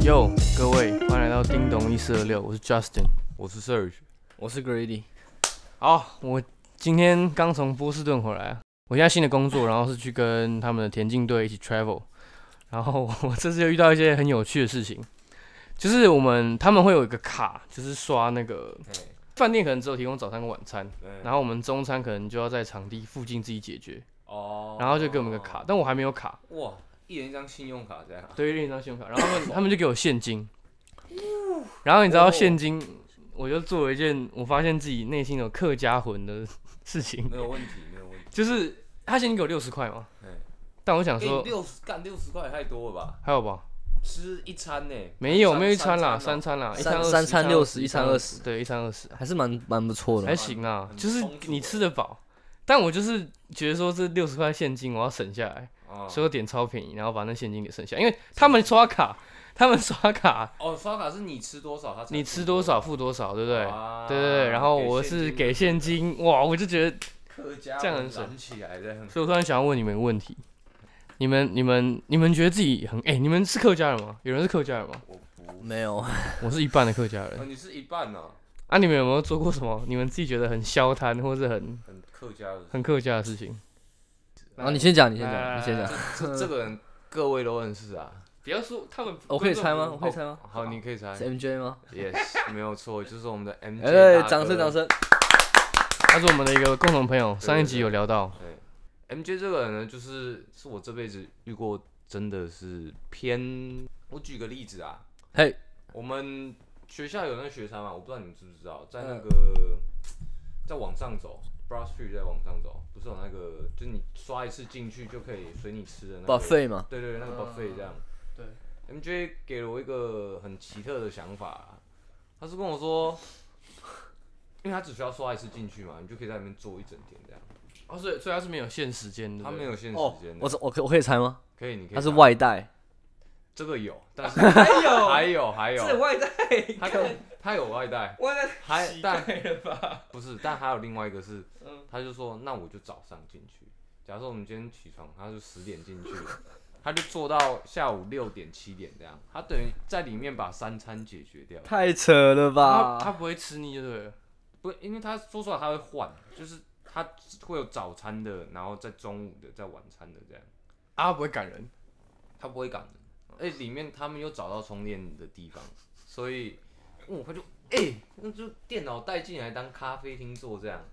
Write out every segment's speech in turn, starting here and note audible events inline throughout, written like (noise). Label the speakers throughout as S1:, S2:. S1: Yo，各位，欢迎来到叮咚一四二六，我是 Justin，
S2: 我是 Serge。
S3: 我是 Grady，
S1: 好，我今天刚从波士顿回来啊，我现在新的工
S3: (laughs)
S1: 作，然后是去跟他们的田径队一起 travel，然后我这次又遇到一些很有趣的事情，就是我们他们会有一个卡，就是刷那个饭店可能只有提供早餐跟晚餐，然后我们中餐可能就要在场地附近自己解决，
S2: 哦
S1: 然后就给我们个卡，但我还没有卡，
S2: 哇，一人一张信用卡这样啊。
S1: 对，另一张信用卡，然后他们他们就给我现金，然后你知道现金，我就做了一件我发现自己内心有客家魂的事情。 (laughs)
S2: 没有问题，没有问题。
S1: 就是他先给我六十块嘛
S2: 嗯，
S1: 但我想
S2: 给你
S1: 说
S2: 六十，干六十块也太多了吧？
S1: 还有吧，
S2: 吃一餐呢？
S1: 没有
S2: 三哦
S1: 没有一餐啦，三
S2: 三
S1: 餐啦，一
S3: 三
S1: 餐
S3: 三餐
S1: 餐
S3: 60一餐
S1: 二
S3: 20，
S1: 对，一餐二十，
S3: 还是蛮蛮不错的
S1: 还
S3: 嘛。
S1: 行啦
S2: 很，
S1: 就是
S2: 充足
S1: 你
S2: 的
S1: 吃得饱，但我就是觉得说这六十块现金我要省下来，
S2: 哦
S1: 所以我点超便宜，然后把那现金给省下，因为他们刷卡，他们刷卡，
S2: 哦，刷卡是你吃多少，他才
S1: 你吃多少付多少，对不对？
S2: 哇
S1: 对对对，然后我是啊给现金，哇，我就觉得，
S2: 客家
S1: 这样很
S2: 人
S1: 省
S2: 燃起来这样。
S1: 所以我突然想要问你们一个问题。你们、你们、你们觉得自己很哎、你们是客家人吗？有人是客家人吗？
S2: 我不，
S3: 没有，
S1: 我是一半的客家人
S2: 哦，。你是一半呢，
S1: 啊，你们有没有做过什么你们自己觉得很消摊或是很
S2: 很客家
S1: (laughs)
S2: 的。
S1: 很客家的事情？
S3: 然哦后你先讲，你先
S1: 来来
S3: 讲，你先讲。
S2: 这这个人各位都认识啊。
S1: 不要说他们，
S3: 我可以猜吗？我
S1: 哦
S3: 可以猜吗？
S2: 好，你可以猜
S3: 是。MJ 吗？
S2: Yes，没有错，就是我们的 MJ
S3: 哎，
S2: 大哥
S3: 掌声掌。声！
S1: 他是我们的一个共同朋友，上一集有聊到，
S2: 对，MJ 这个人呢，就是是我这辈子遇过真的是偏。我举个例子啊，
S3: 嘿，
S2: 我们学校有那个雪山嘛，我不知道你们知不知道，在那
S3: 嗯
S2: 个、在往上走 b r a s Street 在往上走，不是有那个，就是你刷一次进去就可以随你吃的那个
S3: buffet 嘛，
S2: 对对对，那个 buffet 这样。
S1: 对
S2: ，MJ 给了我一个很奇特的想法啊，他是跟我说，因为他只需要刷一次进去嘛，你就可以在里面坐一整天这样，
S1: 哦，所以所以他是没有限时间的，
S2: 他没有限
S3: 哦
S2: 时间，的。
S3: 我我可我可以猜吗？
S2: 可以，你可以。啊
S3: 他是，外带，
S2: 这个
S3: (laughs)
S2: 有，但是还有还有还有，
S1: 外在
S2: 他跟他有外带，
S1: 外在
S2: 还但
S1: 了吧？
S2: 不是，但还有另外一个是
S1: 嗯，
S2: 他就说那我就早上进去。假如说我们今天起床，他就十点进去， (laughs) 他就做到下午六点七点这样，他等于在里面把三餐解决掉。
S3: 太扯了
S1: 他他
S3: 吧！
S1: 不会吃腻就对了，
S2: 不，因为他说实话他会换，就是他会有早餐的，然后在中午的，在晚餐的这样，
S1: 啊，他不会赶人，
S2: 他不会赶人。
S1: 哦
S2: 哎、里面他们又找到充电的地
S1: (laughs)
S2: 方，所以，哦，他就哎、那就电脑带进来当咖啡厅坐
S1: (laughs)
S2: 这样。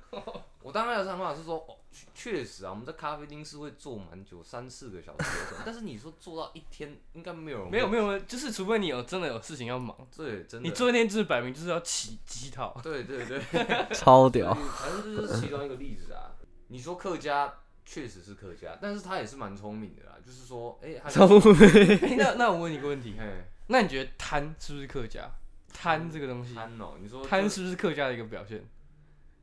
S2: 我当时的想法是说，哦，确确实啊，我们在咖啡厅是会坐蛮久，三四个小时有
S1: (laughs)
S2: 可能但是你说坐到一天，应该没有人
S1: 没有，没有，没有就是除非你有真的有事情要忙，
S2: 对，真
S1: 你
S2: 的，
S1: 坐那天就是摆明就是要起乞讨，
S2: 对对对，
S3: (laughs) 超屌，
S2: 反正这就是其中一个例子啊。你说客家确实是客家，但是他也是蛮聪明的啦，就是说，哎、他
S3: 超美。
S1: 哎 (laughs) 那那我问你一个问题，
S2: 哎，
S1: 那你觉得贪是不是客家？贪这个东西，
S2: 贪哦，你说
S1: 贪
S2: 就是
S1: 是不是客家的一个表现？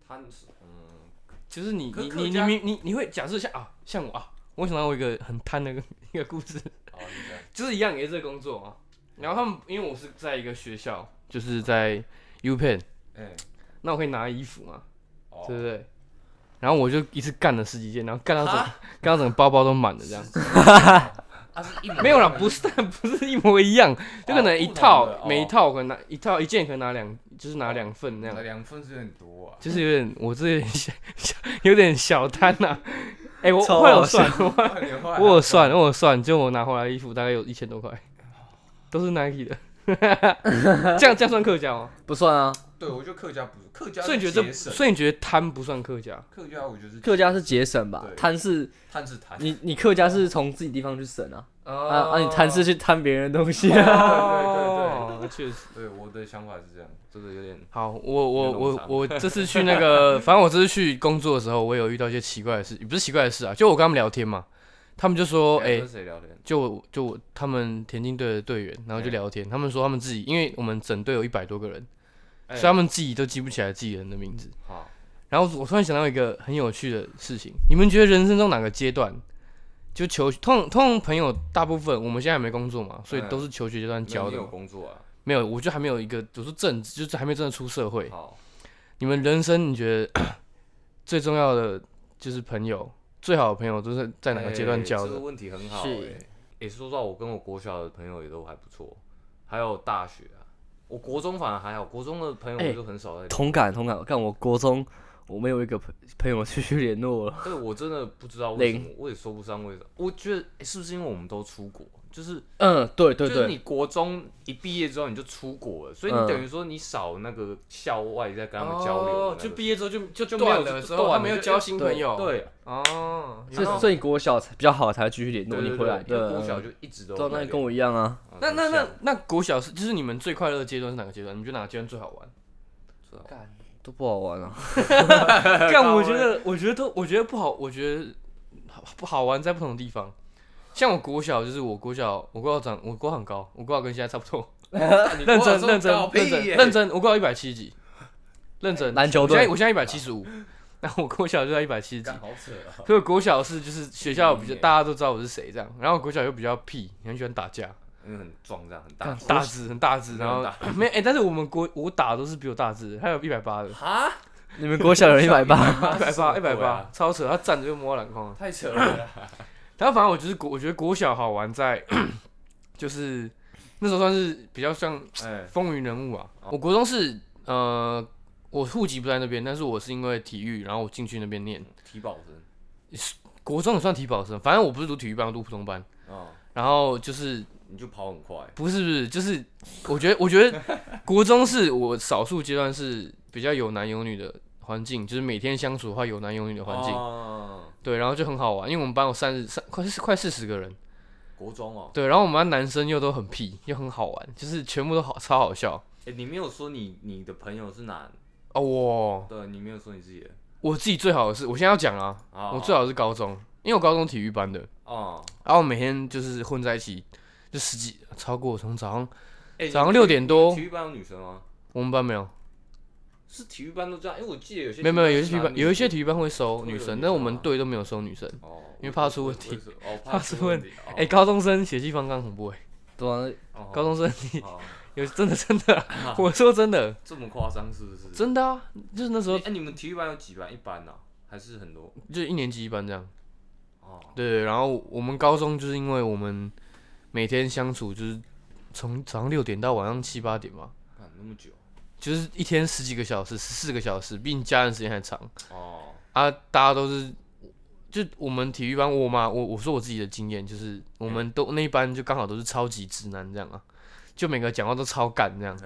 S2: 贪是，嗯，
S1: 就是你
S2: 可
S1: 你
S2: 客
S1: 你你
S2: 家
S1: 你你你会假设像啊像我啊，我想到我一个很贪的一个一个故事， (laughs)
S2: 好，哦你讲，
S1: 就是一样也是这个工作嘛。然后他们因为我是在一个学校，就是在 U Pen，
S2: 哎、
S1: 那我可以拿衣服嘛，
S2: 哦，
S1: 对不对？然后我就一次干了十几件，然后干到整干到整个包包都满了这
S2: (laughs)
S1: 样。
S2: 啊是一模
S1: 没有啦，
S2: 一样
S1: 不是 (laughs) 不是一模一样，就可能一
S2: 不同的
S1: 套
S2: 哦
S1: 每一套我可能拿一套一件可能拿两，就是拿两份那样。
S2: 两份是很
S1: (laughs)
S2: 多啊，
S1: 就是有点，我这有点小小，有点小贪
S3: (laughs)
S1: 呐、哎、我
S3: 超
S1: 我有
S3: 好笑
S1: 算，我
S3: (laughs)
S1: 我有算，我有算，就我拿回来的衣服大概有一千多块，都是 Nike 的。 (laughs) 这样这样算客家吗？
S3: 不算啊，
S2: (laughs) 对，我觉得客家不是客家是
S1: 所以你觉得
S2: 节
S1: 这，
S2: 省
S1: 所以你觉得贪不算客家？
S2: 客家我觉得是
S3: 客家是节省吧
S2: 对，
S3: 贪是
S2: 贪是贪， (laughs)
S3: 你你客家是从自己地方去省啊，
S1: 啊
S3: 啊
S2: 哦
S3: 啊，你贪是去贪别人的东西
S1: 对
S3: 啊。
S1: 对对，哦确实。
S2: 对我的想法是这样，真的有点
S1: 好，我我
S2: 有农
S1: 我
S2: 场
S1: 我这次去那个， (laughs) 反正我这次去工作的时候，我有遇到一些奇怪的事，也不是奇怪的事啊，就我跟他们聊天嘛，他们就说，哎、
S2: 你要跟谁聊天？
S1: 就我就我他们田径队的队员，然后就
S2: 哎
S1: 聊天，他们说他们自己，因为我们整队有一百多个人，
S2: 哎
S1: 所以他们自己都记不起来自己人的名字。
S2: 好，
S1: 然后我突然想到一个很有趣的事情，你们觉得人生中哪个阶段，就求通通常朋友大部分我们现在还没工作嘛，所以
S2: 哎
S1: 都是求学阶段
S2: 没有
S1: 交
S2: 你
S1: 的
S2: 有
S1: 嘛。
S2: 工作啊？
S1: 没有，我就还没有一个，我说正，就是还没有真的出社会。
S2: 好，
S1: 你们人生你觉得 (coughs) 最重要的就是朋友，最好的朋友都是在哪个阶段
S2: 哎
S1: 交
S2: 这
S1: 的
S2: 个？问题很好、
S3: 是
S2: 欸。也、说实话，我跟我国小的朋友也都还不错，还有大学啊。我国中反而还好，国中的朋友
S3: 哎
S2: 我就很少在聊。
S3: (laughs) 同感同感，看我国中我们有一个朋朋友失去联络了，
S2: 对，哎我真的不知道为什么，我也说不上为什么。我觉得、欸是不是因为我们都出国，就是
S3: 嗯，对对
S2: 就是
S3: 对
S2: 你，国中一毕业之后你就出国了，所以你
S3: 嗯
S2: 等于说你少那个校外在跟他们交流的那个、
S1: 哦，就毕业之后就就就
S2: 断
S1: 断
S2: 了
S1: 了，
S2: 就
S1: 之后
S2: 断
S1: 他
S2: 了
S1: 没有
S2: 就
S1: 交新
S3: 对
S1: 朋友。，
S2: 对，
S1: 哦，
S3: 所
S1: 然后
S3: 以所以国小才比较好，才继续联络
S2: 对
S3: 你
S2: 对
S3: 回来
S2: 对，因为
S3: 的。
S2: 国
S1: 嗯
S2: 小就一直都
S3: 对啊，那
S2: 在
S3: 你跟
S2: 聊
S3: 我一样啊，
S2: 啊
S1: 那那
S2: 国小
S1: 那那国小是就是你们最快乐的阶段是哪个阶段？你们觉得哪个阶段最好 (laughs) 玩？
S3: 都不好玩啊。
S2: (laughs)
S1: 但我觉得，我觉得都，我觉得不好，我觉得好不好玩在不同的地方。像我国小，就是我国小，我国小长，我国小很高，我国小跟现在差不多。
S2: 你
S1: 认
S2: 国
S1: 真，
S2: 小这么
S1: 认真
S2: 高，
S1: 认
S2: 屁
S1: 真，
S2: 耶
S1: 认真，我国小一百七几，认真。
S3: 篮球
S1: 我现在
S3: 队
S1: 我现在一百七十五， (laughs) 然后我国小就在一百七十几，
S2: 干好扯啊！
S1: 所以我国小是就是学校比
S2: 屁
S1: 较
S2: 耶
S1: 大家都知道我是谁这样，然后我国小又比较屁，很喜欢打架，
S2: 因为很壮，这样很
S1: 干
S2: 大
S1: 大只很大只，
S2: 没
S1: 然
S2: 有
S1: 后没哎，但是我们国我打都是比我大只的，还有一百八的，
S2: 哈，
S3: 你们国小有人一百八，
S1: (laughs) 一百八一百
S2: 对
S1: 八
S2: 啊，
S1: 超扯，他站着就摸篮筐。
S2: 太扯了啦。
S1: 然后反正我就是国，我觉得国小好玩在，就是那时候算是比较像
S2: 哎，
S1: 风云人物啊。我国中是呃，我户籍不在那边，但是我是因为体育，然后我进去那边念。
S2: 体保生
S1: 国中也算体保生，反正我不是读体育班，我读普通班。
S2: 啊，
S1: 然后就是
S2: 你就跑很快，
S1: 不是不是，就是我觉得我觉得国中是我少数阶段是比较有男有女的环境，就是每天相处的话有男有女的环境，
S2: 哦
S1: 对，然后就很好玩，因为我们班有三十三快快四十个人。
S2: 国中哦，
S1: 对，然后我们班男生又都很屁，又很好玩，就是全部都好超好笑
S2: 哎，你没有说你你的朋友是哪？
S1: 哦。我
S2: 对，你没有说你自己的
S1: 我自己最好的是，我现在要讲啊，
S2: 啊
S1: 我最好的是高中，因为我高中体育班的，
S2: 哦，
S1: 然后我每天就是混在一起，就十几超过从早上
S2: 哎，
S1: 早上六点多
S2: 体，育班有女生吗？
S1: 我们班没有，
S2: 是体育班都这样，因为我记得有些
S1: 没有没有，有一些
S2: 体
S1: 体育班有一些体育班会收
S2: 会
S1: 女
S2: 有
S1: 生，
S2: 女
S1: 但我
S2: 生啊
S1: 们
S2: 吗
S1: 队都没有收女生。
S2: 育班哦，
S1: 因为怕出问题
S2: 为什么，哦，
S1: (laughs) 怕出问
S2: 题，
S1: 哎、高中生血气方刚恐怖哎、
S3: (laughs) 对啊，
S2: 哦，
S1: 高中生你
S2: 哦
S1: 有真的真
S2: (laughs)
S1: 的啊， (laughs) 我说真的
S2: 这么夸张是不是？
S1: 真的啊，就是那时候
S2: 哎，你们体育班有几班？一班呢？还是很多？
S1: 就一年级一班这样。
S2: 哦，
S1: 对，然后我们高中就是因为我们每天相处就是从早上六点到晚上七八点嘛，
S2: 干那么久
S1: 就是一天十几个小时、十四个小时，比你家人时间还长
S2: 哦，
S1: 啊！大家都是就我们体育班，我嘛，我我说我自己的经验就是，我们都那一班就刚好都是超级直男这样啊，就每个讲话都超干
S2: (laughs)
S1: 这样，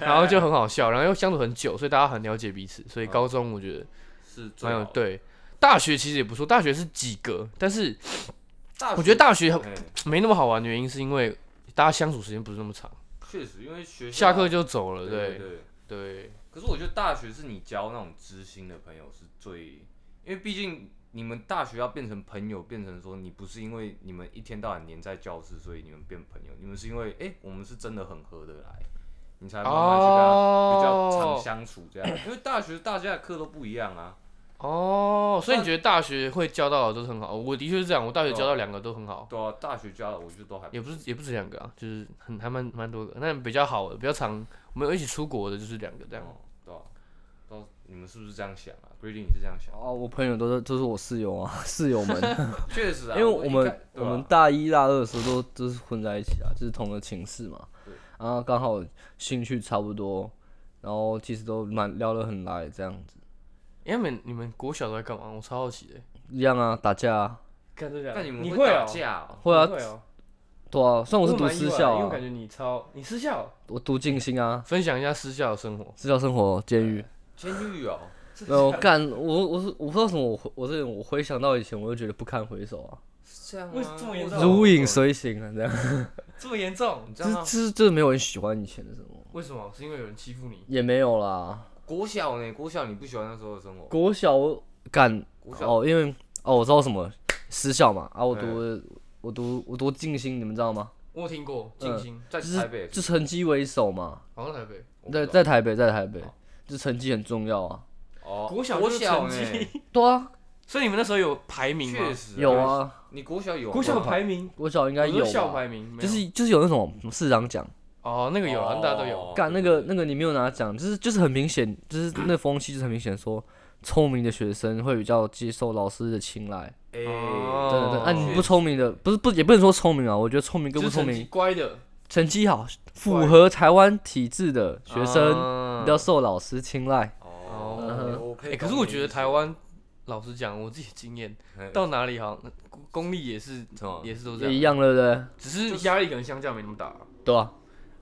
S1: 然后就很好笑，然后又相处很久，所以大家很了解彼此，所以高中我觉得
S2: 是哦最
S1: 蛮有
S2: 好的。
S1: 对。大学其实也不错，大学是几个，但是我
S2: 大
S1: 觉得大学
S2: 哎
S1: 没那么好玩的原因，是因为大家相处时间不是那么长，
S2: 确实，因为学校
S1: 下课就走了，对
S2: 对对。
S1: 对
S2: 可是我觉得大学是你交那种知心的朋友是最，因为毕竟你们大学要变成朋友，变成说你不是因为你们一天到晚黏在教室，所以你们变朋友，你们是因为哎、我们是真的很合得来，你才慢慢去跟他比较常
S1: 哦
S2: 相处这样。因为大学大家的课都不一样啊，
S1: 哦，所以你觉得大学会交到的都是很好？哦我的确是这样，我大
S3: 哦
S1: 学交到两个都很好，
S2: 对啊，大学交的我觉得都还
S1: 也不是也不止两个啊，就是很还蛮蛮多个。那比较好的，比较常我们有一起出国的就是两个这样。
S2: 哦对啊，对啊你们是不是这样想啊 g r e e d y 你是这样想？
S3: 哦，我朋友都是都是我室友啊， (laughs) 室友们，
S2: 确实啊，
S3: 因为
S2: 我
S3: 我
S2: 一
S3: 们
S2: 开对啊
S3: 我们大一大二的时候都都是混在一起啊，就是同个寝室嘛
S2: 对，
S3: 然后刚好兴趣差不多，然后其实都蛮聊得很来这样子，
S1: 哎，你们你们国小都在干嘛？我超好奇的。
S3: 一样啊，打架啊，
S1: 看这
S2: 但你们
S1: 会
S2: 打架哦、
S3: 会啊，
S1: 哦。
S3: 对啊，虽然我是读私校啊，
S1: 觉你超你私校，
S3: 我读静心啊，
S1: 分享一下私校的生活。
S3: 私校生活监狱，
S2: 监狱哦，
S3: 没有干我我是我不知道为什么我回我这种我回想到以前我就觉得不堪回首啊，
S2: 是这样吗？
S1: 为什么这么严重哦
S3: 如影随形啊这样，
S1: 这么严重？
S2: 你知
S3: 就
S2: 道
S3: 是
S2: 吗？
S3: 就是就是没有人喜欢以前的生活，
S1: 为什么？是因为有人欺负你？
S3: 也没有啦，
S2: 国小呢？国小你不喜欢那时候的生活？
S3: 国小我干
S2: 国小
S3: 哦，因为哦，我知道什么私校嘛啊，我读我读我读静心，你们知道吗？
S1: 我有听过
S3: 嗯
S1: 静心。
S2: 在
S3: 就是
S2: 台北，
S3: 就成绩为首嘛，
S1: 好像台北
S3: 在
S2: 我不知道
S3: 在台北，在台北
S2: 哦，
S3: 就成绩很重要啊。
S2: 哦，
S1: 国小
S2: 国
S1: 就是
S2: 小
S1: 成
S2: 呢？
S1: 绩
S3: 对啊，
S1: 所以你们那时候有排名
S2: 确
S1: 吗？
S2: 实
S3: 有，啊，
S2: 你国小有
S1: 国小有排名
S3: 国小应该
S1: 我
S3: 有
S1: 说校
S3: 吧，
S1: 排名没有
S3: 就是就是有那种市长奖，
S1: 哦，那个有啊，大家都有。
S2: 哦
S3: 干那个那个你没有拿奖，就是就是很明显，就是那风气就是很明显说，聪明的学生会比较接受老师的青睐，
S2: 哎，
S1: 哦
S3: 真的真的。啊，你不
S2: 确实
S3: 聪明的，不是不也不能说聪明啊，我觉得聪明跟
S1: 就
S3: 不
S1: 是
S3: 聪
S1: 成绩
S3: 明，
S1: 乖的
S3: 成绩好，符
S1: 乖
S3: 合台湾体制的学
S1: 哦
S3: 生比较
S1: 生
S3: 受老师青睐。嗯
S2: 哦
S3: 哼，
S2: 我可
S1: 啊哎、
S2: 以
S1: 可
S2: 懂
S1: 是
S2: 你
S1: 我
S2: 的
S1: 觉得
S2: 意思
S1: 台湾，老实讲，我自己的经验
S2: 嘿
S1: 到哪里好像公公立也是
S2: 什么
S1: 也是都这样，
S3: 也一样，对不对？
S1: 只是压力可能相较没那么大。
S3: 对啊，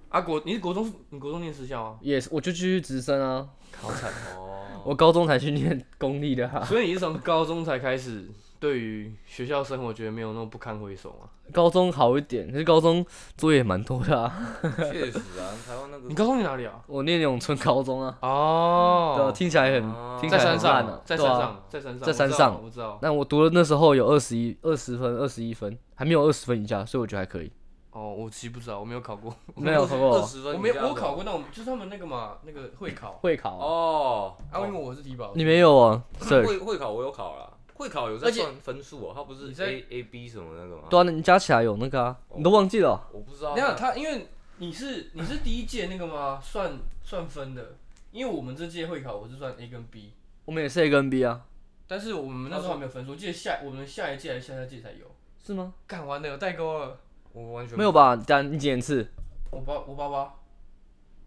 S1: 啊，国你是国中，你国中念私校啊？
S3: 也是，我就继续直升啊，
S1: 好惨！
S2: 哦，
S3: 我高中才去念公立的啊哈、
S1: 所以你是从高中才开始对于学校生活觉得没有那么不堪回首啊吗？
S3: 高中好一点，可是高中作业也蛮多的啊。
S2: (laughs) 确实啊，台湾那个
S3: 嗯
S1: 你高中念哪里啊？
S3: 我念永春高中啊，对啊，
S1: 哦，
S3: 听起来很、
S2: 哦
S3: 听起
S1: 在
S3: 来
S1: 山
S3: 很烂啊
S1: 上，，在
S3: 对
S1: 山
S3: 啊。
S1: 上，在山上，
S3: 在山
S1: 我知道
S3: 上
S1: 我知道。
S3: 那我读的那时候有二十一、二十分、二十一分，还没有二十分以下，所以我觉得还可
S1: (laughs)
S3: 以。
S1: 哦，我其实不知道，我没有考过，
S3: 没有考
S2: 二
S3: 过
S2: 十分，
S1: 我没有，我考过那种，就是他们那个嘛，那个会考。
S3: 会考、啊，
S2: 哦，
S1: 啊，因为我是体保，
S3: 你没有啊？Sir，
S2: 会会考我有考啦，会考有在
S1: 而且
S2: 算分数哦，它不是
S1: 你在
S2: A A B 什么那种吗？
S3: 对啊，那你加起来有那个啊，你都忘记了哦、
S2: 我不知道啊。
S1: 没有他，因为你是你是第一届那个吗？ (laughs) 算算分的，因为我们这届会考我是算 A 跟 B，
S3: 我们也是 A 跟 B 啊，
S1: 但是我们那时候还没有分数，我记得下我们下一届还是下下届才有。
S3: 是吗？
S1: 干完了，有代沟了，
S2: 我完全
S3: 没有吧？但你几年次？
S1: 我八我八八，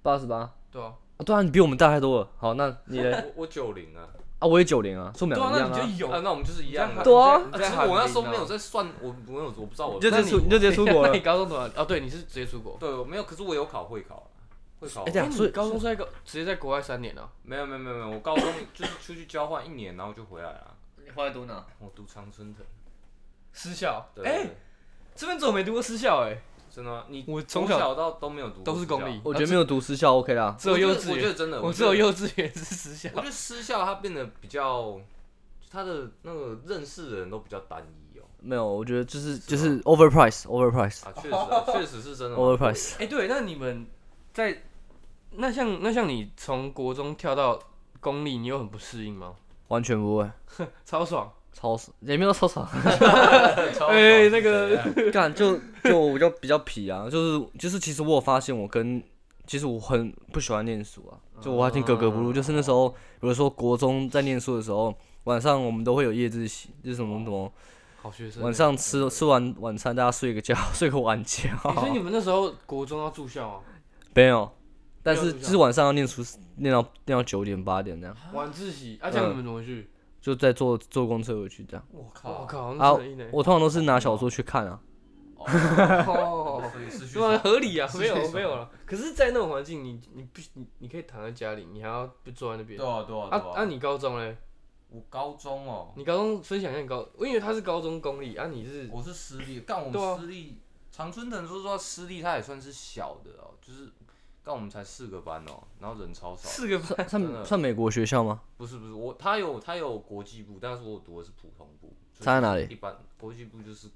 S3: 八十八。
S1: 对啊，
S3: 啊对啊，你比我们大太多了。好，那你
S1: (laughs)
S3: 嘞？
S2: 我我九零啊，
S3: 啊，我也九零啊，说明
S1: 对啊，
S3: 两个一
S1: 那
S3: 样
S1: 你就有，
S2: 啊，那我们就是一
S1: 你在
S2: 样
S1: 喊
S2: 的。
S3: 对啊
S1: 你
S2: 啊
S1: 在
S2: 只
S1: 你
S2: 是
S1: 在喊
S2: 我那时候
S1: 名啊
S2: 没有在算，我没有，我不知道我
S3: 你就
S1: 那
S3: 直
S1: 你
S3: 出，你就直接出国
S1: 那 (laughs)
S3: 了
S1: 你。高中多少？哦，对，你是直接出国。
S2: 对，我没有，可是我有考会考啦，会考
S3: 哎这样
S1: 哎你
S3: 所以
S1: 高中是在高直接在国外三年啊？
S2: 没有没有没有没有，我高中就是出去交换一年，然后就回来了。啊
S3: 你后来读哪？
S2: 我读常春藤，
S1: 私校？
S2: 对，
S1: 哎，这边怎么没读过私校？哎，
S2: 真的吗？你
S1: 我从
S2: 从
S1: 小
S2: 小到都没有读过
S1: 都是
S2: 私校
S1: 公立
S3: 我觉得没有读私校 OK 啦。
S1: 只有
S2: 我觉得
S1: 幼稚
S2: 我觉得
S1: 园，
S2: 真的，
S1: 我
S2: 觉
S1: 只
S2: 得
S1: 有幼稚园是私校
S2: 我。觉得私校它变得比较，它的那个认识的人都比较单一哦。
S3: 没有，我觉得就是就是 overprice，overprice，overprice。
S2: 啊，确实啊，确实是真的蛮贵的。
S1: 哎、对，那你们在那像那像你从国中跳到公立，你有很不适应吗？
S3: 完全不会，
S1: 超爽，
S3: 超爽也没有超爽，
S2: (laughs) 超
S1: 哎
S2: 爽是啊
S1: 那个
S2: 怎
S1: (laughs)
S2: 样
S3: (laughs) 干就就我就比较皮啊，就是就是其实我有发现我跟其实我很不喜欢念书啊，就我还挺格格不入，就是那时候比如说国中在念书的时候，晚上我们都会有夜自习，就是什么什么
S1: 好学生欸。
S3: 晚上吃吃完晚餐大家睡个觉， (laughs) 睡个晚觉，
S1: 欸所以你们那时候国中要住校啊，
S3: 没有，但
S1: 没有
S3: 是
S1: 睡
S3: 就
S1: 觉
S3: 是晚上要念书念到念到九点八点那样，
S1: 晚自习啊，这样你们怎么回
S2: 嗯
S1: 去？
S3: 就再坐坐公车回去这样。
S2: 我
S1: 我
S2: 靠，
S1: 靠，
S3: 啊
S1: 那真的硬欸
S3: 我通常都是拿小说去看啊，
S1: 哦，
S2: 所以失去
S1: (laughs) 对啊，合理啊，
S2: 是
S1: 没有
S2: 是
S1: 没有了。可是，在那种环境，你你必须你你可以躺在家里，你还要被坐在那边。
S2: 对啊对啊
S1: 啊啊！你高中嘞？
S2: 我高中哦，
S1: 你高中分享一下你高，因为他是高中公立啊，你是
S2: 我是私立，但我
S1: 对啊
S2: 们私立常春藤说实话，私立它也算是小的哦，就是但我们才四个班哦，然后人超少。
S1: 四个
S3: (laughs) 算
S2: 真的
S3: 算算美国学校吗？
S2: 不是不是，我他有他有国际部，但是我读的是普通部。就是
S3: 差在哪里
S2: 一般国际部就是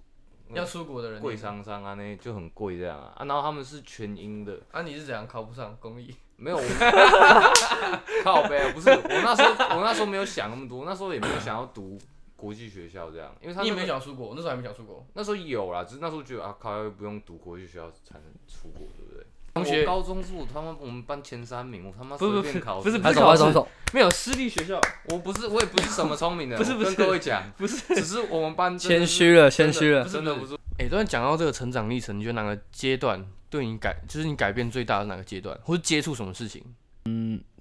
S1: 要出国的人，
S2: 贵商商啊，那就很贵这样啊啊。然后他们是全英的，
S1: 啊，你是怎样考不上公立？
S2: 没有，我
S3: (laughs)
S2: 靠背，啊不是我那时候，我那时候没有想那么多，那时候也没有想要读国际学校这样，因为他
S1: 你
S2: 那
S1: 也没
S2: 个
S1: 想出国，我那时候还没想出国。
S2: 那时候有啦，只是那时候觉得啊靠，要不用读国际学校才能出国，对不对？
S1: 同学
S2: 我高中是我他妈我们班前三名，我他妈
S1: 不
S2: 随
S1: 不
S2: 便考
S1: 不是
S2: 试
S1: 不
S3: 还
S1: 是
S3: 走还
S1: 考试
S3: 走还走，
S1: 没有私立学校，
S2: 我不是我也不是什么聪明的，
S1: 不是
S2: 我
S1: 不是
S2: 跟各位讲，
S1: 不是。
S2: 只是我们班真的是
S3: 谦虚了谦虚了。
S2: 真的不是
S1: 哎、突然讲到这个成长历程，你觉得哪个阶段对你改，就是你改变最大的哪个阶段，或是接触什么事情？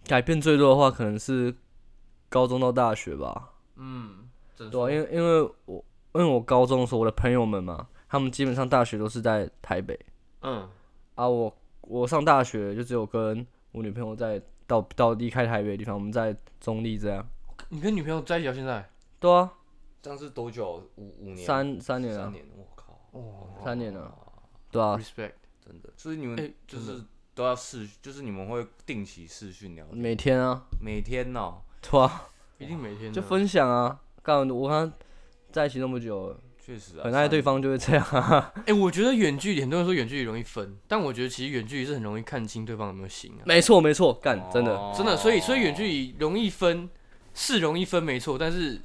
S3: 改变最多的话，可能是高中到大学吧。
S1: 嗯，真
S3: 对啊，因为因为我因为我高中的时候，我的朋友们嘛，他们基本上大学都是在台北
S1: 嗯，
S3: 啊。我我上大学就只有跟我女朋友在到到离开台北的地方，我们在中立这样。
S1: 你跟女朋友在一起到现在，
S3: 对啊，
S2: 这样是多久？五五年？
S3: 三三年
S2: 三
S3: 啊，
S2: 年？我靠，
S1: 哦
S3: 三年啊，对啊，
S1: ，respect，
S2: 真的，所以你们
S1: 哎
S2: 就
S1: 真的
S2: 是都要试，就是你们会定期试训聊天，
S3: 每天啊，
S2: 每天哦，
S3: 对啊，
S1: 一定每天
S3: 就
S1: 的
S3: 分享啊。干，我跟他在一起那么久了，
S2: 确实啊，
S3: 很爱对
S2: 方。
S3: 方就会这样 (laughs) 啊。
S1: 哎、我觉得远距离，很多人说远距离容易分，但我觉得其实远距离是很容易看清对方有没有心啊，
S3: 没错没错，干，真的。
S2: 哦
S1: 真的，所以所以远距离容易分是容易分没错，但是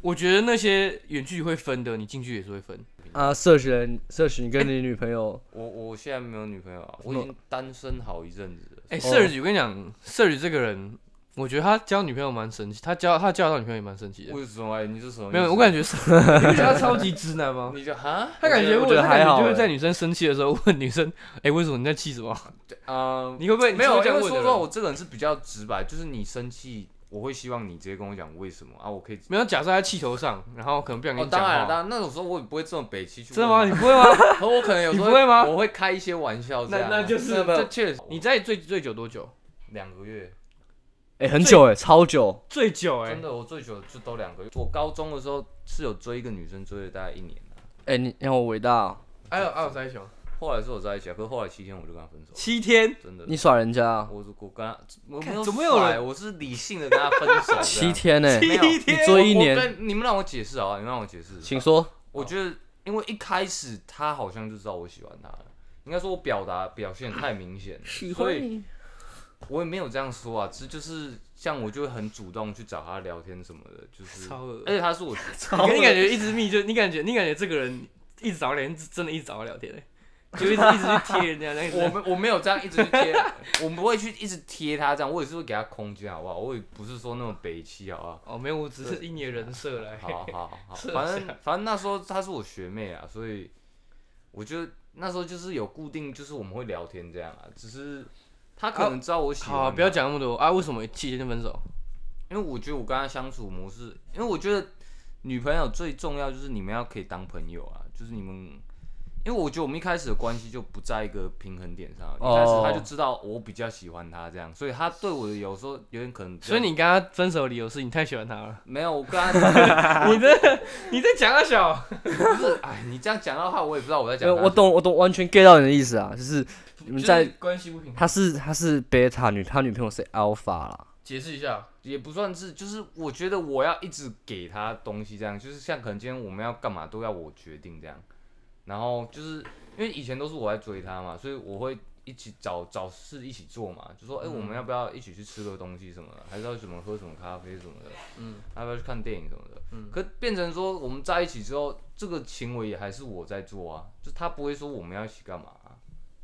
S1: 我觉得那些远距离会分的，你近距离也是会分。
S3: 啊，社群社群，你跟你女朋友
S2: 我我现在没有女朋友啊，我已经单身好一阵子了。
S1: 哎、
S3: 哦
S1: s i r g 我跟你讲，Sir 这个人，我觉得他交女朋友蛮神奇，他交他交到女朋友也蛮神奇的。
S2: 为什么？哎，你是什么意思？
S1: 没有，我感觉是，你不觉得他超级直男吗？
S2: 你就哈，
S1: (laughs) 他感觉
S3: 我觉得
S1: 他
S3: 还
S1: 感觉
S3: 好
S1: 就会
S3: 欸
S1: 在女生生气的时候问女生， (laughs) 哎、为什么你在气什么？ (laughs)
S2: 嗯，
S1: 你会不会
S2: 没有，因
S1: 这样
S2: 为
S1: 问
S2: 说
S1: 的
S2: 实
S1: 人
S2: 话，我这个人是比较直白，就是你生气，我会希望你直接跟我讲为什么啊，我可以。
S1: 没有假设他气头上，然后可能不想跟
S2: 哦，
S1: 你讲
S2: 当
S1: 话。
S2: 然了，当然，那种时候我也不会这么北气去。
S1: 真的吗？ (laughs) 你？不会吗？
S2: 可我可能有时候
S1: 你不会吗
S2: 我会开一些玩笑这样啊。
S1: 那那就是了
S2: 这确实，
S1: 你
S2: 你
S1: 在最最久多久？
S2: 两个月，
S3: 哎、很久哎、超久，
S1: 最久哎、
S2: 真的，我最久欸就都两个月。我高中的时候是有追一个女生，追了大概一年啊
S3: 哎、你让我伟大哦、
S1: 还有还有三雄，
S2: 后来是我在一起啊，可是后来七天我就跟她分手，
S1: 七天，
S2: 真的。
S3: 你耍人家啊、
S2: 我我跟她，我
S1: 看
S2: 没有
S1: 怎么有人
S2: 甩我是理性的跟她分手这样。
S3: (laughs) 七天呢、欸
S2: 没有
S1: 七
S3: 你
S1: 天，
S3: 追一
S2: 我
S3: 年，
S2: 跟你们让我解释啊，你们让我解释。
S3: 请说。
S2: 我觉得，因为一开始他好像就知道我喜欢他了，应该说我表达表现太明显了，所以
S3: 你，
S2: 我也没有这样说啊，只就是像我就会很主动去找他聊天什么的，就是，
S1: 超恶
S2: 而且他是
S3: (laughs)
S2: 我，
S1: 你跟你感觉一直密就你感觉你感觉这个人一直找聊天，真的一直找聊天、欸，就一
S3: (laughs)
S1: 直一直去贴人家，那
S2: 我
S1: 个
S2: 没我没有这样一直去贴， (laughs) 我不会去一直贴他这样，我也是会给他空间好不好？我也不是说那么北气好不好？
S1: 哦没有，我只是以你的人设来。
S2: 好好好好，
S1: 是啊
S2: 反正反正那时候她是我学妹啊，所以我觉得那时候就是有固定，就是我们会聊天这样啊，只是她可能知道我喜欢、
S1: 好，不要，讲那么多啊！为什么七天就分手？
S2: 因为我觉得我跟她相处模式，因为我觉得女朋友最重要就是你们要可以当朋友啊，就是你们。因为我觉得我们一开始的关系就不在一个平衡点上，一开始
S3: 哦
S2: 她就知道我比较喜欢她这样，所以她对我有时候有点可能比较。
S1: 所以你跟他分手的理由是你太喜欢他
S3: (laughs)
S1: 了。
S2: 没有我跟她，
S1: 你的你在讲啊小，
S2: 不是哎，你这样讲的话，我也不知道我在
S3: 没
S2: 讲
S3: 有
S2: 她什么。
S3: 我懂，我懂，完全 get 到你的意思啊，就是你们在
S1: 就是，关系不平衡，
S3: 他是他是 beta 女，他女朋友是 alpha 啦，
S1: 解释一下。
S2: 也不算是，就是我觉得我要一直给他东西，这样就是像可能今天我们要干嘛都要我决定这样，然后就是因为以前都是我在追他嘛，所以我会一起找找事一起做嘛，就说
S1: 嗯
S2: 哎、诶我们要不要一起去吃个东西什么的，还是要什么喝什么咖啡什么的，
S1: 嗯，
S2: 要不要去看电影什么的，
S1: 嗯，
S2: 可变成说我们在一起之后，这个行为也还是我在做啊，就他不会说我们要一起干嘛啊、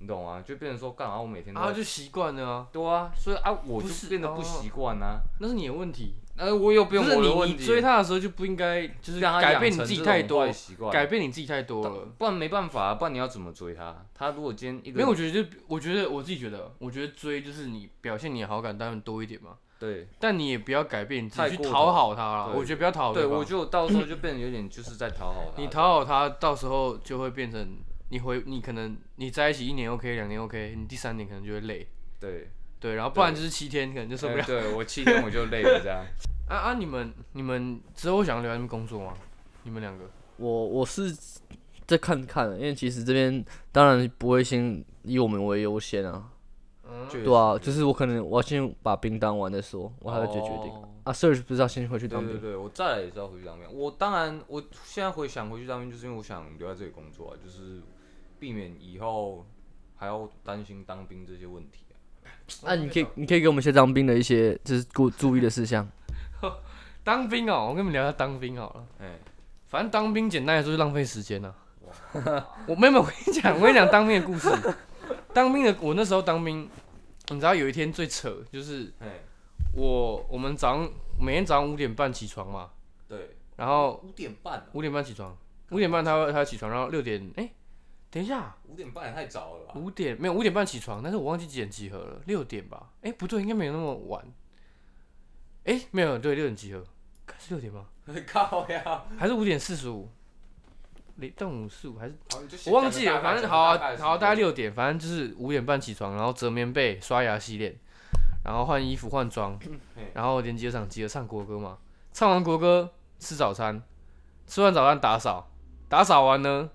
S2: 你懂吗、就变成说干嘛我每天都
S1: 然后
S2: 要
S1: 啊就习惯了啊，
S2: 对啊，所以啊我
S1: 不
S2: 就是变得
S1: 哦
S2: 不习惯啊。
S1: 那是你的问题。
S2: 呃，我有不用
S1: 不是
S2: 我的
S1: 你
S2: 问
S1: 你
S2: 题，
S1: 追他的时候就不应该就是
S2: 让他
S1: 改
S2: 养
S1: 变你
S2: 成
S1: 自己
S2: 这
S1: 太
S2: 种
S1: 多
S2: 坏，习惯，
S1: 改变你自己太多了。
S2: 不然没办法、啊，不然你要怎么追他？他如果今天一个
S1: 没有，我觉得就我觉得我自己觉得，我觉得追就是你表现你的好感当然多一点嘛，
S2: 对
S1: 但你也不要改变你自
S2: 太
S1: 己去
S2: 过头
S1: 讨好他了。
S2: 对
S1: 我觉得不要讨好
S2: 对，
S1: 方
S2: 我觉得我到时候就变得有点就是在讨好他。
S1: 你讨好他，到时候就会变成你回你可能你在一起一年 OK，两年 OK，你第三年可能就会累，
S2: 对，
S1: 对，然后不然就是七天可能就受不了。
S2: 哎对我七天我就累了这 (laughs) 样。
S1: 啊啊！你们你们之后想要留在那边工作吗？你们两个
S3: 我我是在看看，啊因为其实这边当然不会先以我们为优先啊，
S2: 确
S3: 对啊，
S2: 实
S3: 就是我可能我要先把兵当完再说，我还要再决定、
S2: 哦
S3: 啊。Search 不是要先回去
S2: 对
S3: 当
S2: 对
S3: 兵？
S2: 对，我再来也是要回去当兵。我当然，我现在回想回去当兵，就是因为我想留在这里工作啊，就是避免以后还要担心当兵这些问题、啊。
S3: 那、你可以你可以给我们一些当兵的一些就是注注意的事项。
S1: 当兵哦、我跟你们聊一下当兵好了。
S2: 哎、
S1: 反正当兵简单来说就是浪费时间呐、啊。我没有，没有我跟你讲，我跟你讲当兵的故事。当兵的，我那时候当兵，你知道有一天最扯，就是
S2: 哎、
S1: 我我们早上每天早上五点半起床嘛，
S2: 对，
S1: 然后
S2: 五点半、啊，
S1: 五点半起床，五点半他会他会起床，然后六点哎、等一下，
S2: 五点半也太早了吧？
S1: 五点没有五点半起床，但是我忘记几点集合了，六点吧？哎、不对，应该没有那么晚。哎、没有，对，六点集合，看是六点吗？ (laughs)
S2: 靠呀！
S1: 还是五点四十五？零但五四五还是？
S2: 好你就先
S1: 我忘记
S2: 讲
S1: 了，
S2: 个大
S1: 反
S2: 概
S1: 正好、
S2: 讲个概
S1: 啊、
S2: 的
S1: 好、啊，
S2: 时间
S1: 大概六点，反正就是五点半起床，然后折棉被、刷牙、洗脸，然后换衣服、换装
S2: 嗯嘿，
S1: 然后连集合场集合唱国歌嘛，唱完国歌吃早餐，吃完早餐打扫，打扫完呢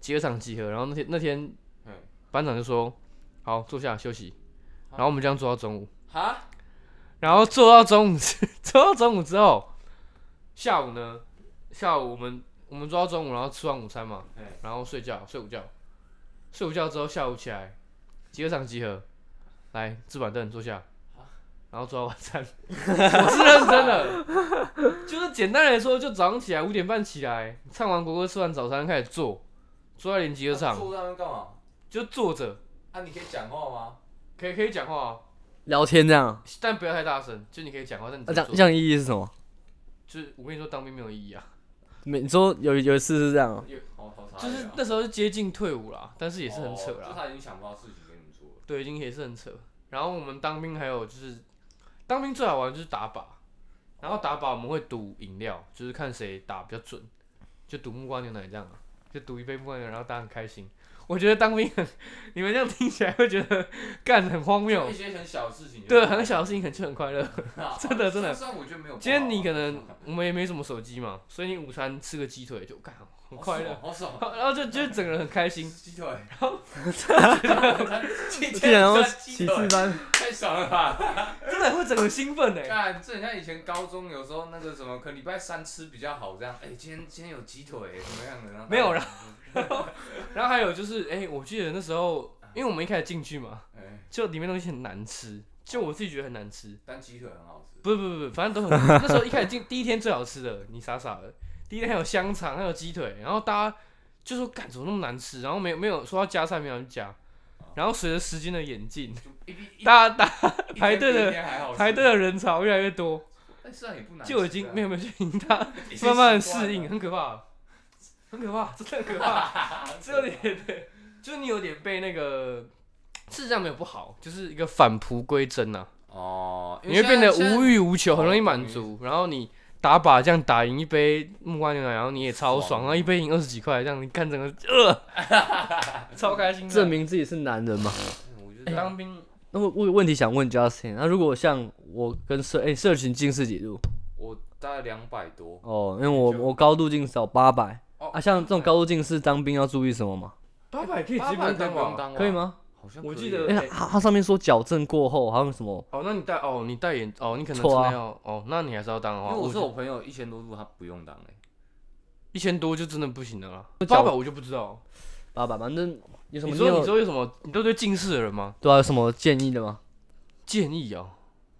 S1: 集合场集合，然后那天那天
S2: 嗯
S1: 班长就说好坐下休息，然后我们这样做到中午，
S2: 哈，
S1: 然后做到中午之 (laughs) 做到中午之后，下午呢下午我们我们做到中午，然后吃完午餐嘛，
S2: 哎，
S1: 然后睡觉，睡午觉，睡午觉之后下午起来，集合场集合， (laughs)
S2: 嗯
S1: 啊来置板凳坐下，然后做到晚餐。我是认真的，就是简单来说，就早上起来五点半起来，唱完国歌，吃完早餐开始坐，坐在连集合
S2: 啊
S1: 场
S2: 坐在那边干嘛？
S1: 就坐着，
S2: 啊，你可以讲话吗？
S1: 可以可以讲话、啊，
S3: 聊天这样啊，
S1: 但不要太大声，就你可以讲话，但你
S3: 这
S1: 只能
S3: 样
S1: 坐
S3: 这样意义是什么？
S1: 就是我跟你说当兵没有意义啊，
S3: 每你说有有一次是这样啊，
S2: 好好傻眼
S1: 就
S2: 啊
S1: 是那时候是接近退伍啦，但是也是很扯啊
S2: 哦就
S1: 啦，
S2: 他已经想不到事情给你们做了。
S1: 对，已经也是很扯。然后我们当兵还有就是，当兵最好玩的就是打靶，然后打靶我们会赌饮料，就是看谁打比较准，就赌木瓜牛奶这样啊，就赌一杯木瓜牛奶，然后大家很开心。我觉得当兵很，你们这样听起来会觉得干很荒
S2: 就
S1: 谬
S2: 一，些很小的事情就，
S1: 对，很
S2: (laughs)
S1: 小的事情很就很快乐。
S2: 啊，
S1: 真的真的
S2: 虽然我觉得没有不好啊。
S1: 今天你可能我们也没什么手机嘛，所以你午餐吃个鸡腿就干很快乐，
S2: 好爽，好爽，
S1: (laughs) 然后就就整个人很开心。
S2: 鸡腿，
S1: (laughs)
S3: (laughs) 竟然要
S2: 算鸡
S3: 骑
S2: 腿
S3: 士班，
S2: 太爽了吧！
S1: 真的会整个兴奋哎、
S2: 看，这很像以前高中有时候那个什么，可能礼拜三吃比较好这样。哎、今天今天有鸡腿，怎么样的？然后
S1: 没有，
S2: 了。
S1: 然后然后还有就是，哎、我记得那时候，因为我们一开始进去嘛，
S2: 哎、
S1: 就里面东西很难吃，就我自己觉得很难吃，
S2: 但鸡腿很好吃。
S1: 不是不是不是，反正
S2: (laughs)
S1: 都很难吃。那时候一开始进第一天最好吃的，你傻傻的，第一天还有香肠，还有鸡腿，然后大家就说干怎么那么难吃，然后没有没有说要加菜，没有人加，然后随着时间的演进，
S2: 就一比
S1: 大家大
S2: 一
S1: 排队的
S2: 一天比一天还好吃
S1: 排队，的人潮越来越多，
S2: 但是啊也不难吃啊，
S1: 就已经没有没有就已经大家
S2: 已经
S1: 慢慢地
S2: 习惯了
S1: 适应，很可怕，很可怕，真的很可怕。 (laughs) 这有点对，就是你有点被那个，事实上没有不好，就是一个返璞归真呐、啊，
S2: 哦，因
S1: 你
S2: 为
S1: 会变得无
S2: 欲
S1: 欲无求，
S2: 哦
S1: 很容易满足，然后你。打靶这样打赢一杯木瓜牛奶，然后你也超爽，
S2: 爽
S1: 然后一杯赢二十几块，这样你看 (laughs) 整个呃，超开心的。
S3: (laughs) 证明自己是男人嘛。
S2: 我觉
S1: 哎
S2: 得
S1: 当兵，
S3: 那我我有问题想问 Justin，那如果像我跟社哎、社群近视几度？
S2: 我大概两百多，
S3: 哦，因为我
S2: 就
S3: 我高度近视有八百
S2: 哦
S3: 啊，像这种高度近视当兵要注意什么吗？
S1: 八百可以
S2: 八百当王
S1: 吧？
S2: 当
S3: 可以？吗？
S2: 好像
S1: 我
S2: 可以
S1: 记
S2: 耶
S1: 得
S3: 哎、它它上面说矫正过后好像什么
S1: 哦，那你戴哦，你戴眼哦，你可能真
S3: 错啊
S1: 的要、哦，那你还是要当的
S2: 因
S1: 话，
S2: 为我是
S1: 觉
S2: 我
S1: 得
S2: 朋友一千多度，他不用当哎、
S1: 一千多就真的不行了啦。
S3: 那
S1: 八
S3: 脚
S1: 百我就不知道，
S3: 八百，反正有什么
S1: 你说
S3: 有
S1: 你说有什么？你都对近视的人吗？
S3: 对啊有什么建议的吗？
S1: 建议哦，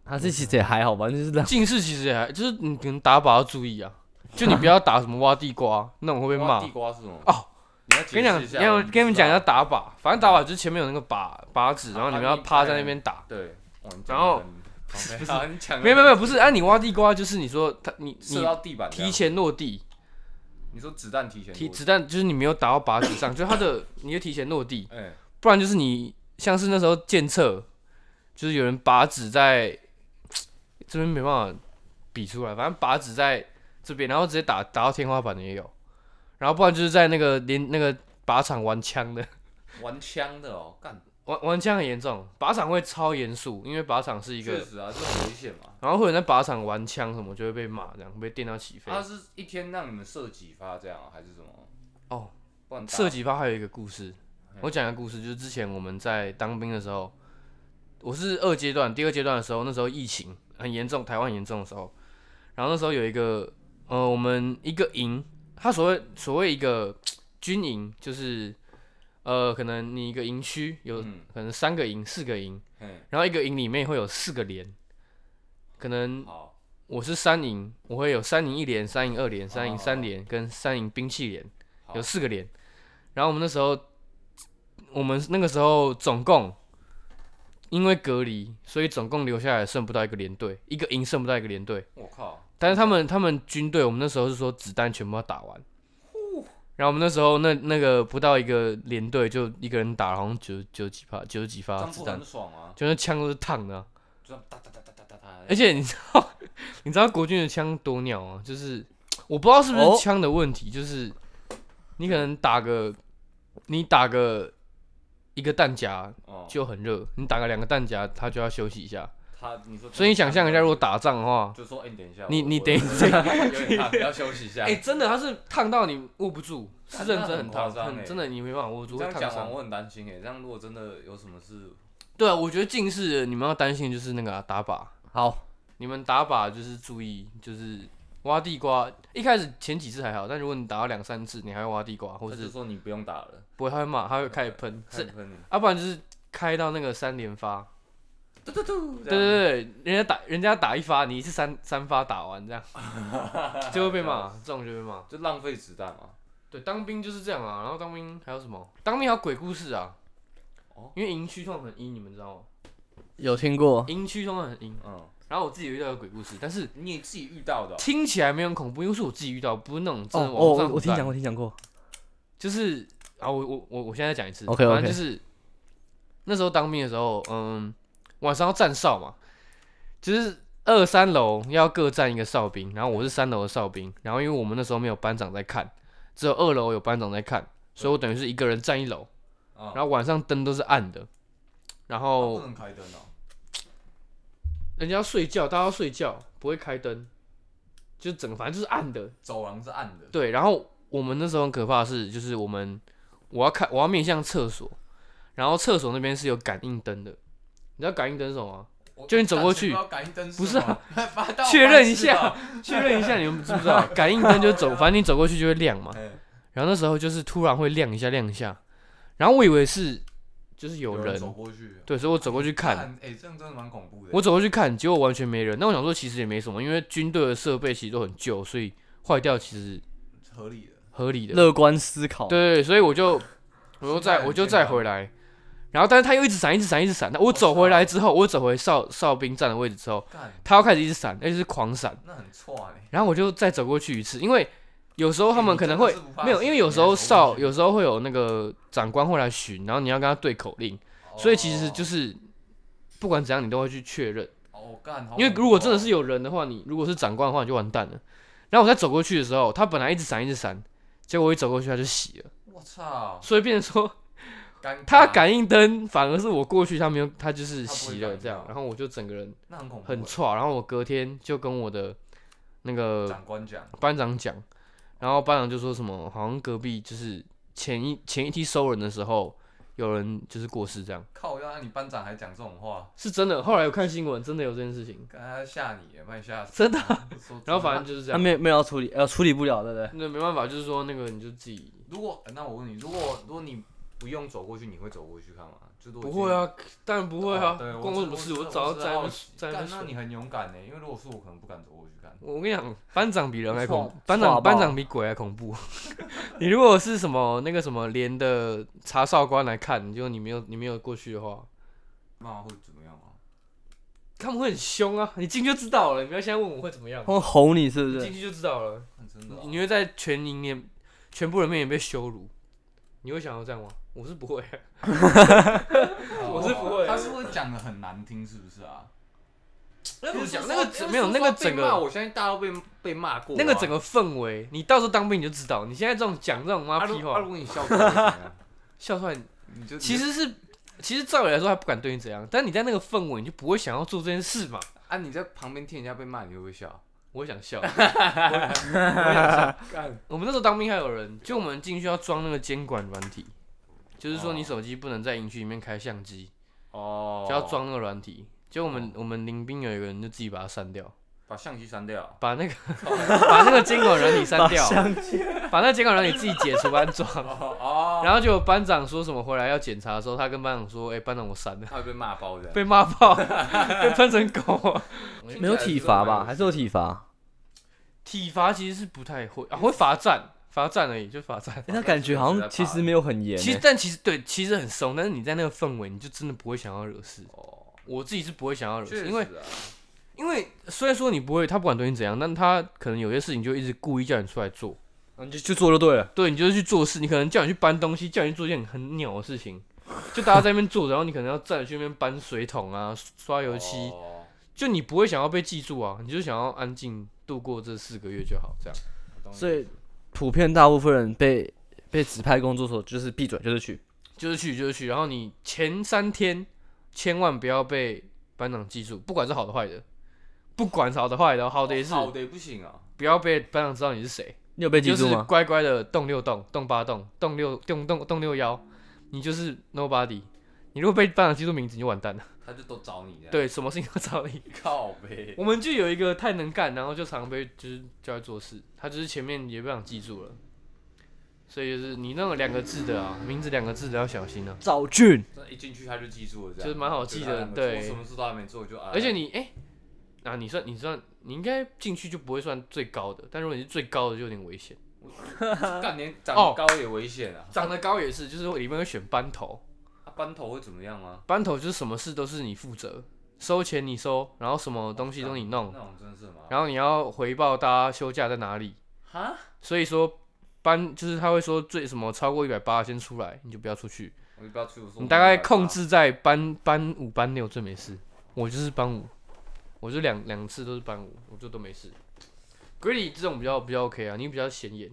S3: 还是其实也还好吧，就是这
S1: (laughs)
S3: 样。
S1: 近视其实也还，就是你可能打靶要注意啊，就你不要打什么挖地
S2: (laughs)
S1: 瓜那种会被
S2: 欸，
S1: 骂。
S2: 地瓜是什么？
S1: 哦，
S2: 你要解
S1: 跟你讲，
S2: 释一下
S1: 你要
S2: 我
S1: 跟你们
S2: 不知
S1: 讲
S2: 道
S1: 要打靶，反正打靶就是前面有那个靶靶
S2: 啊
S1: 子，然后你们要趴在那边打。
S2: 对，哇你
S1: 然后
S2: 不是不啊
S1: (laughs)
S2: 是，你讲得
S1: 没有没有没有，
S2: 很
S1: 不是，啊按、你挖地瓜就是你说他你
S2: 射
S1: 你
S2: 到地板这样，
S1: 提前落地，
S2: 你说子弹提前
S1: 提
S2: 多
S1: 子弹就是你没有打到靶子上， (coughs) 就是它的你就提前落地，
S2: 久，哎，
S1: 不然就是你像是那时候检测，就是有人靶子在这边没办法比出来，反正靶子在这边，然后直接打打到天花板的也有，然后不然就是在那个连那个靶场玩枪的，
S2: 玩枪的哦，干，
S1: 玩玩枪很严重，靶场会超严肃，因为靶场是一
S2: 确
S1: 个，
S2: 实啊，这很危险嘛。
S1: 然后会有人在靶场玩枪什么就会被骂，这样被电到起飞。
S2: 他是一天让你们射几发这样啊，还是什么？
S1: 哦，
S2: 不然打
S1: 射几发还有一个故事，
S2: 嗯
S1: 我讲个故事，就是之前我们在当兵的时候，我是二阶段，第二阶段的时候，那时候疫情很严重，台湾很严重的时候，然后那时候有一个呃，我们一个营，它所谓所谓一个军营，就是呃，可能你一个营区有
S2: 嗯
S1: 可能三个营、四个营，
S2: 嘿，
S1: 然后一个营里面会有四个连，可能
S2: 好，
S1: 我是三营，我会有三营一连、三营二连、三
S2: 哦
S1: 营三连跟三营兵器连。
S2: 好
S1: 有四个连。然后我们那时候，我们那个时候总共因为隔离，所以总共留下来剩不到一个连队，一个营剩不到一个连队。
S2: 我靠，
S1: 但是他们他们军队，我们那时候是说子弹全部要打完。然后我们那时候那那个不到一个连队，就一个人打，好像九九几发，九十几
S2: 这
S1: 发
S2: 样
S1: 子
S2: 不
S1: 弹
S2: 很，爽啊？
S1: 就那枪都是烫的啊、
S2: 这样哒哒哒哒哒哒哒，
S1: 而且你知道， (laughs) 你知道国军的枪多鸟啊，就是我不知道是不
S3: 哦
S1: 是枪的问题，就是你可能打个你打个一个弹夹
S2: 哦，
S1: 就很热，你打个两个弹夹它就要休息一下。
S2: 他你说，
S1: 所以你想象一下，如果，打仗的话，
S2: 就说哎，你等一下，
S1: 你
S2: 我
S1: 你
S2: 我
S1: 等一下
S2: (laughs) 有点怕，要休息一
S1: (laughs)
S2: 下。
S1: 哎、真的它是烫到你握不住，是认真很烫，
S2: 那很夸张
S1: 很
S2: 欸
S1: 真的你没办法握住，
S2: 这
S1: 会
S2: 样
S1: 烫
S2: 讲完，
S1: 伤。
S2: 我很担心哎。这样如果真的有什么事，
S1: 对啊，我觉得近视的你们要担心的就是那个啊、打靶，
S3: 好，
S1: 你们打靶就是注意，就是挖地瓜。一开始前几次还好，但如果你打到两三次，你还会挖地瓜，或
S2: 他
S1: 者
S2: 就是说你不用打了，
S1: 不会，他会骂，他会开始喷，
S2: 看
S1: 是，
S2: 喷你
S1: 要、不然就是开到那个三连发，
S2: 嘟嘟
S1: 对
S2: 嘟，这样
S1: 对对，人家打人家打一发，你一次三三发打完这样， (laughs) 就会被骂，这种就会被骂。
S2: 就浪费子弹嘛。
S1: 对，当兵就是这样啊。然后当兵还有什么？当兵还有鬼故事啊。
S2: 哦
S1: 因为营区通常很阴，你们知道吗？
S3: 有听过？
S1: 营区通常很阴。
S2: 嗯，
S1: 然后我自己有遇到一个鬼故事，但是
S2: 你也自己遇到的哦、
S1: 听起来没有很恐怖，因为是我自己遇到，不是那种
S3: 哦
S1: 真的网
S3: 哦，
S1: 上
S3: 我
S1: 很
S3: 我听
S1: 赞
S3: 讲过，听讲过。
S1: 就是啊，我我我我现在再讲一次
S3: OK，OK
S1: 反正就是那时候当兵的时候，嗯，晚上要站哨嘛，就是二三楼要各站一个哨兵，然后我是三楼的哨兵，然后因为我们那时候没有班长在看，只有二楼有班长在看，所以我等于是一个人站一楼，
S2: 嗯，
S1: 然后晚上灯都是暗的，然后
S2: 不能开灯哦。
S1: 人家要睡觉，大家要睡觉，不会开灯，就整个反正就是暗的，
S2: 走廊是暗的，
S1: 对，然后我们那时候很可怕的是，就是我们我要看我要面向厕所，然后厕所那边是有感应灯的，你知道感应灯是什么吗？
S2: 我
S1: 就你走过去
S2: 我暂时不知道感应
S1: 不是啊
S2: 灯吗， (laughs) 发到
S1: 确认一
S2: 白痴
S1: 下
S2: 啊，
S1: 确认一下你们知不知道？感应灯就走，反正你走过去就会亮嘛。 (laughs)
S2: 哎
S1: 然后那时候就是突然会亮一下亮一下，然后我以为是就是有
S2: 有
S1: 人，
S2: 走过去，
S1: 对，所以我走过去看。，
S2: 哎、这样真的蛮恐怖的。
S1: 我走过去看，结果完全没人。那我想说，其实也没什么，因为军队的设备其实都很旧，所以坏掉其实
S2: 合理的，
S1: 合理的。
S3: 乐观思考。
S1: 对啊对，所以我就我
S2: 哦心
S1: 又
S2: 态
S1: 再
S2: 很
S1: 我就
S2: 健
S1: 再
S2: 康
S1: 回来，然后但是他又一直闪，一直闪，一直闪。那我
S2: 哦
S1: 走
S2: 是
S1: 回
S2: 啊
S1: 来之后，我走回哨哨兵站的位置之后，
S2: 干
S1: 他又开始一直闪，而且是狂闪。
S2: 那很错哎、
S1: 然后我就再走过去一次，因为有时候
S2: 欸
S1: 他们可能会没有，因为有时候哨，有时候会有那个长官会来巡，然后你要跟他对口令，
S2: 哦
S1: 所以其实就是是不管怎样你都会去确认。
S2: 哦干，好
S1: 因为
S2: 恐怖
S1: 如果真的
S2: 哦
S1: 是有人的话，你如果是长官的话，你就完蛋了。然后我再走过去的时候，他本来一直闪一直闪，结果我一走过去他就洗了，
S2: 我操，
S1: 所以变成说
S2: 尴尬
S1: 他感应灯反而是我过去，他没有，他就是熄了这样
S2: 他不会感
S1: 然
S2: 应，到
S1: 后我就整个人
S2: 那很恐怖欸，
S1: 很差，然后我隔天就跟我的那个
S2: 长官讲，
S1: 班长讲，然后班长就说什么好像隔壁就是前一前一梯收人的时候有人就是过世这样，
S2: 靠，要让你班长还讲这种话，
S1: 是真的。后来有看新闻，真的有这件事情，
S2: 刚才吓你耶，把你吓死，
S1: 真的。啊 (laughs)
S2: 说啊
S1: 然后反正就是这
S3: 他
S1: 样，
S3: 没有没有要处理，呃，处理不了，对不对？
S1: 那没办法，就是说那个你就自己
S2: 如果那我问你，如果如果你不用走过去，你会走过去看吗？最多
S1: 不会，啊，当然不会啊，
S2: 哦对，
S1: 关我什么事？我早就在那边在那
S2: 干，
S1: 边
S2: 那
S1: 睡
S2: 你很勇敢呢，因为如果是我，可能不敢走过去看。
S1: 我跟你讲，班长比人还恐怖
S3: 错，
S1: 班
S3: 错
S1: 长
S3: 吧
S1: 班长比鬼还恐怖。 (laughs) 你如果是什么那个什么连的查哨官来看，就你没有你没有过去的话，
S2: 那会怎么样啊？
S1: 他们会很凶啊！你进去就知道了，你不要现在问我会怎么样
S2: 哦
S3: 他，们吼你是不
S1: 哦你
S3: 是
S1: 进？去就知道了。
S2: 看真的
S1: 你
S2: 啊，
S1: 你会在全营面全部人面前被羞辱，你会想要这样吗？我是不
S2: (laughs)
S1: 会，我是不会
S2: 哦他是会讲的很难听，是不是啊？
S1: 那
S2: 不
S1: 不
S2: 是
S1: 讲
S2: 说
S1: 那个
S2: 不
S1: 整
S2: 是
S1: 没有
S2: 说
S1: 那个
S2: 被
S1: 整
S2: 骂
S1: 个
S2: 我啊相信大家都被被骂过啊。
S1: 那个整个氛围，你到时候当兵你就知道。你现在这种讲这种妈
S2: 啊如
S1: 屁
S2: 啊如
S1: 话，
S2: 果你笑出来会怎样，
S1: 笑出来你
S2: 你就
S1: 其实是，其实照理来说他不敢对你怎样，但你在那个氛围，你就不会想要做这件事嘛。
S2: 啊你在旁边听人家被骂，你会不会笑？
S1: 我会想笑，
S2: (laughs)
S1: 我会我会想笑。我们那时候当兵还有人，就我们进去要装那个监管软体，就是说你手机不能在营区里面开相机，
S2: 哦
S1: 就要装那个软体。就我们、我们临兵有一个人就自己把它删掉，
S2: 把相机删掉。
S1: 把那个
S2: 哦
S1: (laughs) 把那个监管软体删
S2: (laughs)
S3: (laughs)
S1: 掉，
S3: 相
S1: 把那个监管软体自己解除安装。
S2: 哦，
S1: 然后就有班长说什么回来要检查的时候，他跟班长说：“哎、班长我删了。”
S2: 他会被骂爆的。
S1: 被骂
S2: (laughs)
S1: 爆，被喷成狗。
S3: 没有体罚吧？还是有体罚？
S1: 体罚其实是不太会啊，会罚站，罚站而已，就罚站。
S3: 哎那感觉好像其实没有很严欸。
S1: 其实，但其实对，其实很松，但是你在那个氛围，你就真的不会想要惹事。
S2: 哦，
S1: 我自己是不会想要惹
S2: 确
S1: 事，
S2: 实
S1: 因为
S2: 啊
S1: 因为虽然说你不会，他不管对你怎样，但他可能有些事情就一直故意叫你出来做，
S3: 欸你就去做就对了。
S1: 对你就是去做事，你可能叫你去搬东西，叫你去做一件很鸟的事情，就大家在那边做，然后你可能要站着去那边搬水桶啊、刷油漆，
S2: 哦
S1: 就你不会想要被记住啊，你就想要安静度过这四个月就好，这样。
S2: 我懂你哦
S3: 所以普遍大部分人被被指派工作所就是闭嘴就是去。
S1: 就是去就是去，然后你前三天千万不要被班长记住，不管是好的坏的，不管是好的坏的哦，好的也是
S2: 好的也不行啊。
S1: 不要被班长知道你是谁，
S3: 你有被
S1: 你就
S3: 记住
S1: 是
S3: 吗？
S1: 乖乖的动六动动八动动六动动动六幺，你就是 nobody。你如果被班长记住名字，你就完蛋了。
S2: 他就都找你这样。
S1: 对，什么事情都找你。
S2: 靠呗。
S1: (laughs) 我们就有一个太能干，然后就常被就是叫他做事，他就是前面也被班长记住了，所以就是你那种两个字的啊，名字两个字的要小心啊。
S3: 赵俊，
S2: 这一进去他就记住了，这样
S1: 就是蛮好记的
S2: 就
S1: 对
S2: 我什么事都还没做就啊，
S1: 而且你哎、啊，你算你算你应该进去就不会算最高的，但如果你是最高的就有点危险。
S2: 干年长
S1: 哦
S2: 得高也危险啊，
S1: 长得高也是，就是里面会选班头，
S2: 他班头会怎么样吗？
S1: 班头就是什么事都是你负责，收钱你收，然后什么东西都你弄，
S2: 那种真的是吗？
S1: 然后你要回报大家休假在哪里。
S2: 哈，
S1: 所以说班就是他会说最什么超过一百八先出来，你就不要出去。
S2: 我就不要去，我说
S1: 你大概控制在班班五班六最没事。我就是班五，我就两两次都是班五，我就都没事。Grady 这种比较比较 OK 啊，你比较显眼，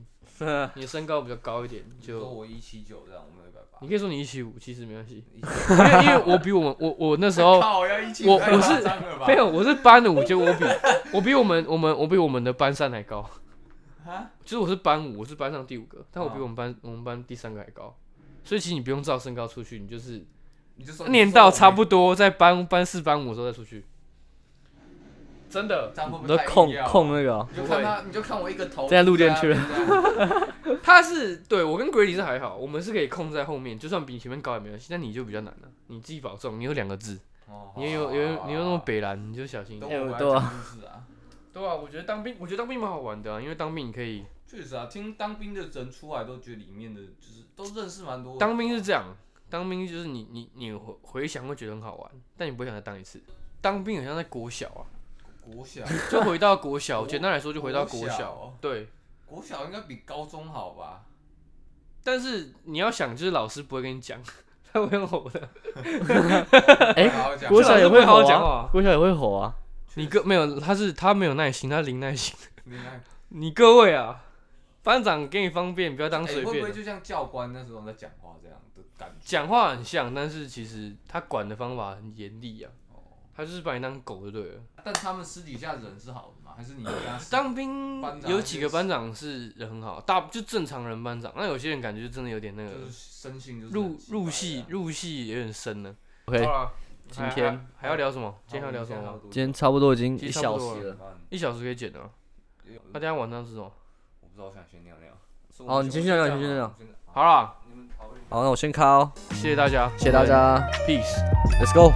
S1: 你的身高比较高一点，
S2: 你说
S1: 就
S2: 我一七九这样，我没有一百八
S1: 你。可以说你一七五，其实没关系， (laughs) 因为因为我比我们我我那时候
S2: (laughs) 靠，要一七
S1: 我我是没有，我是班五，结果我比我比我们我们我比我们的班三还高。其实我是班五，我是班上第五个，但我比
S2: 啊
S1: 我们班我们班第三个还高。所以其实你不用照身高出去，你就是
S2: 你就说
S1: 念到差不多，在班班四班五的时候再出去。真的，
S2: 这样会不
S3: 你
S2: 会
S3: 都
S2: 太
S3: 控
S2: 硬要啊
S3: 控那个哦，
S2: 你就看他，你就看我一个头
S3: 现在录进去
S1: (laughs)
S3: 了
S2: 了。
S1: 他是对我跟 Grady 是还好，我们是可以控在后面，就算比你前面高也没关系。但你就比较难了、你自己保重，你有两个字，
S2: 哦
S1: 你有有你有那种北蓝，你就小心一
S2: 等
S1: 点。
S2: 我回来
S3: 对啊
S2: 讲故事啊，
S1: 对啊，我觉得当兵，我觉得当兵蛮好玩的、啊，因为当兵你可以
S2: 确实啊，听当兵的人出来都觉得里面的就是都认识蛮多人。
S1: 当兵是这样，当兵就是你你你回回想会觉得很好玩，但你不会想再当一次。当兵好像在国小啊，
S2: 国小，
S1: 就回到 (laughs) 国小，
S2: 国
S1: 简单来说就回到国
S2: 国
S1: 小。哦
S2: 小
S1: 对，
S2: 国小应该比高中好吧？
S1: 但是你要想，就是老师不会跟你讲， (laughs) 他会用吼的。
S3: 哎
S2: 好好讲
S3: 国小也会
S1: 好
S3: 吼
S1: 好讲
S3: 啊
S1: 话，
S3: 国小也会吼啊，
S1: 你各没有，他是他没有耐心，他零耐心。
S2: 你看，
S1: (laughs) 你各位啊，班长给你方便，不要当
S2: 哎
S1: 随
S2: 会不
S1: 便啊
S2: 会
S1: 的。
S2: 就像教官那时候在讲话这样的感觉？
S1: 讲话很像，但是其实他管的方法很严厉啊，他就是把你当狗就对了。
S2: 但他们私底下人是好的吗？还是你跟他私
S1: 呃当兵
S2: 班长
S1: 有几个班长是人很好，大就正常人班长，那有些人感觉就真的有点那个
S2: 就是生性就是
S1: 入
S2: 很鸡掰
S1: 入
S2: 啊
S1: 戏入戏有点深了。
S3: OK，
S1: 好了，
S3: 今
S1: 还
S3: 天
S1: 还还要聊什么？今天要
S2: 好
S1: 聊什
S2: 你
S1: 么？
S3: 今天差不多已经一
S1: 其实差
S3: 小
S1: 不多
S3: 时
S1: 了
S3: 了。
S2: 我
S1: 一小时可以剪的。那大家晚上吃什么？
S2: 不知道，我想先尿尿。是我
S3: 好，你
S2: 们
S3: 先去聊，
S1: 这样
S3: 你先去聊。
S2: 真的
S1: 好啦，
S2: 你们讨论。
S3: 好，那我先开哦，
S1: 谢谢大家
S3: 谢谢大家
S1: ，peace。
S3: ，Let's go。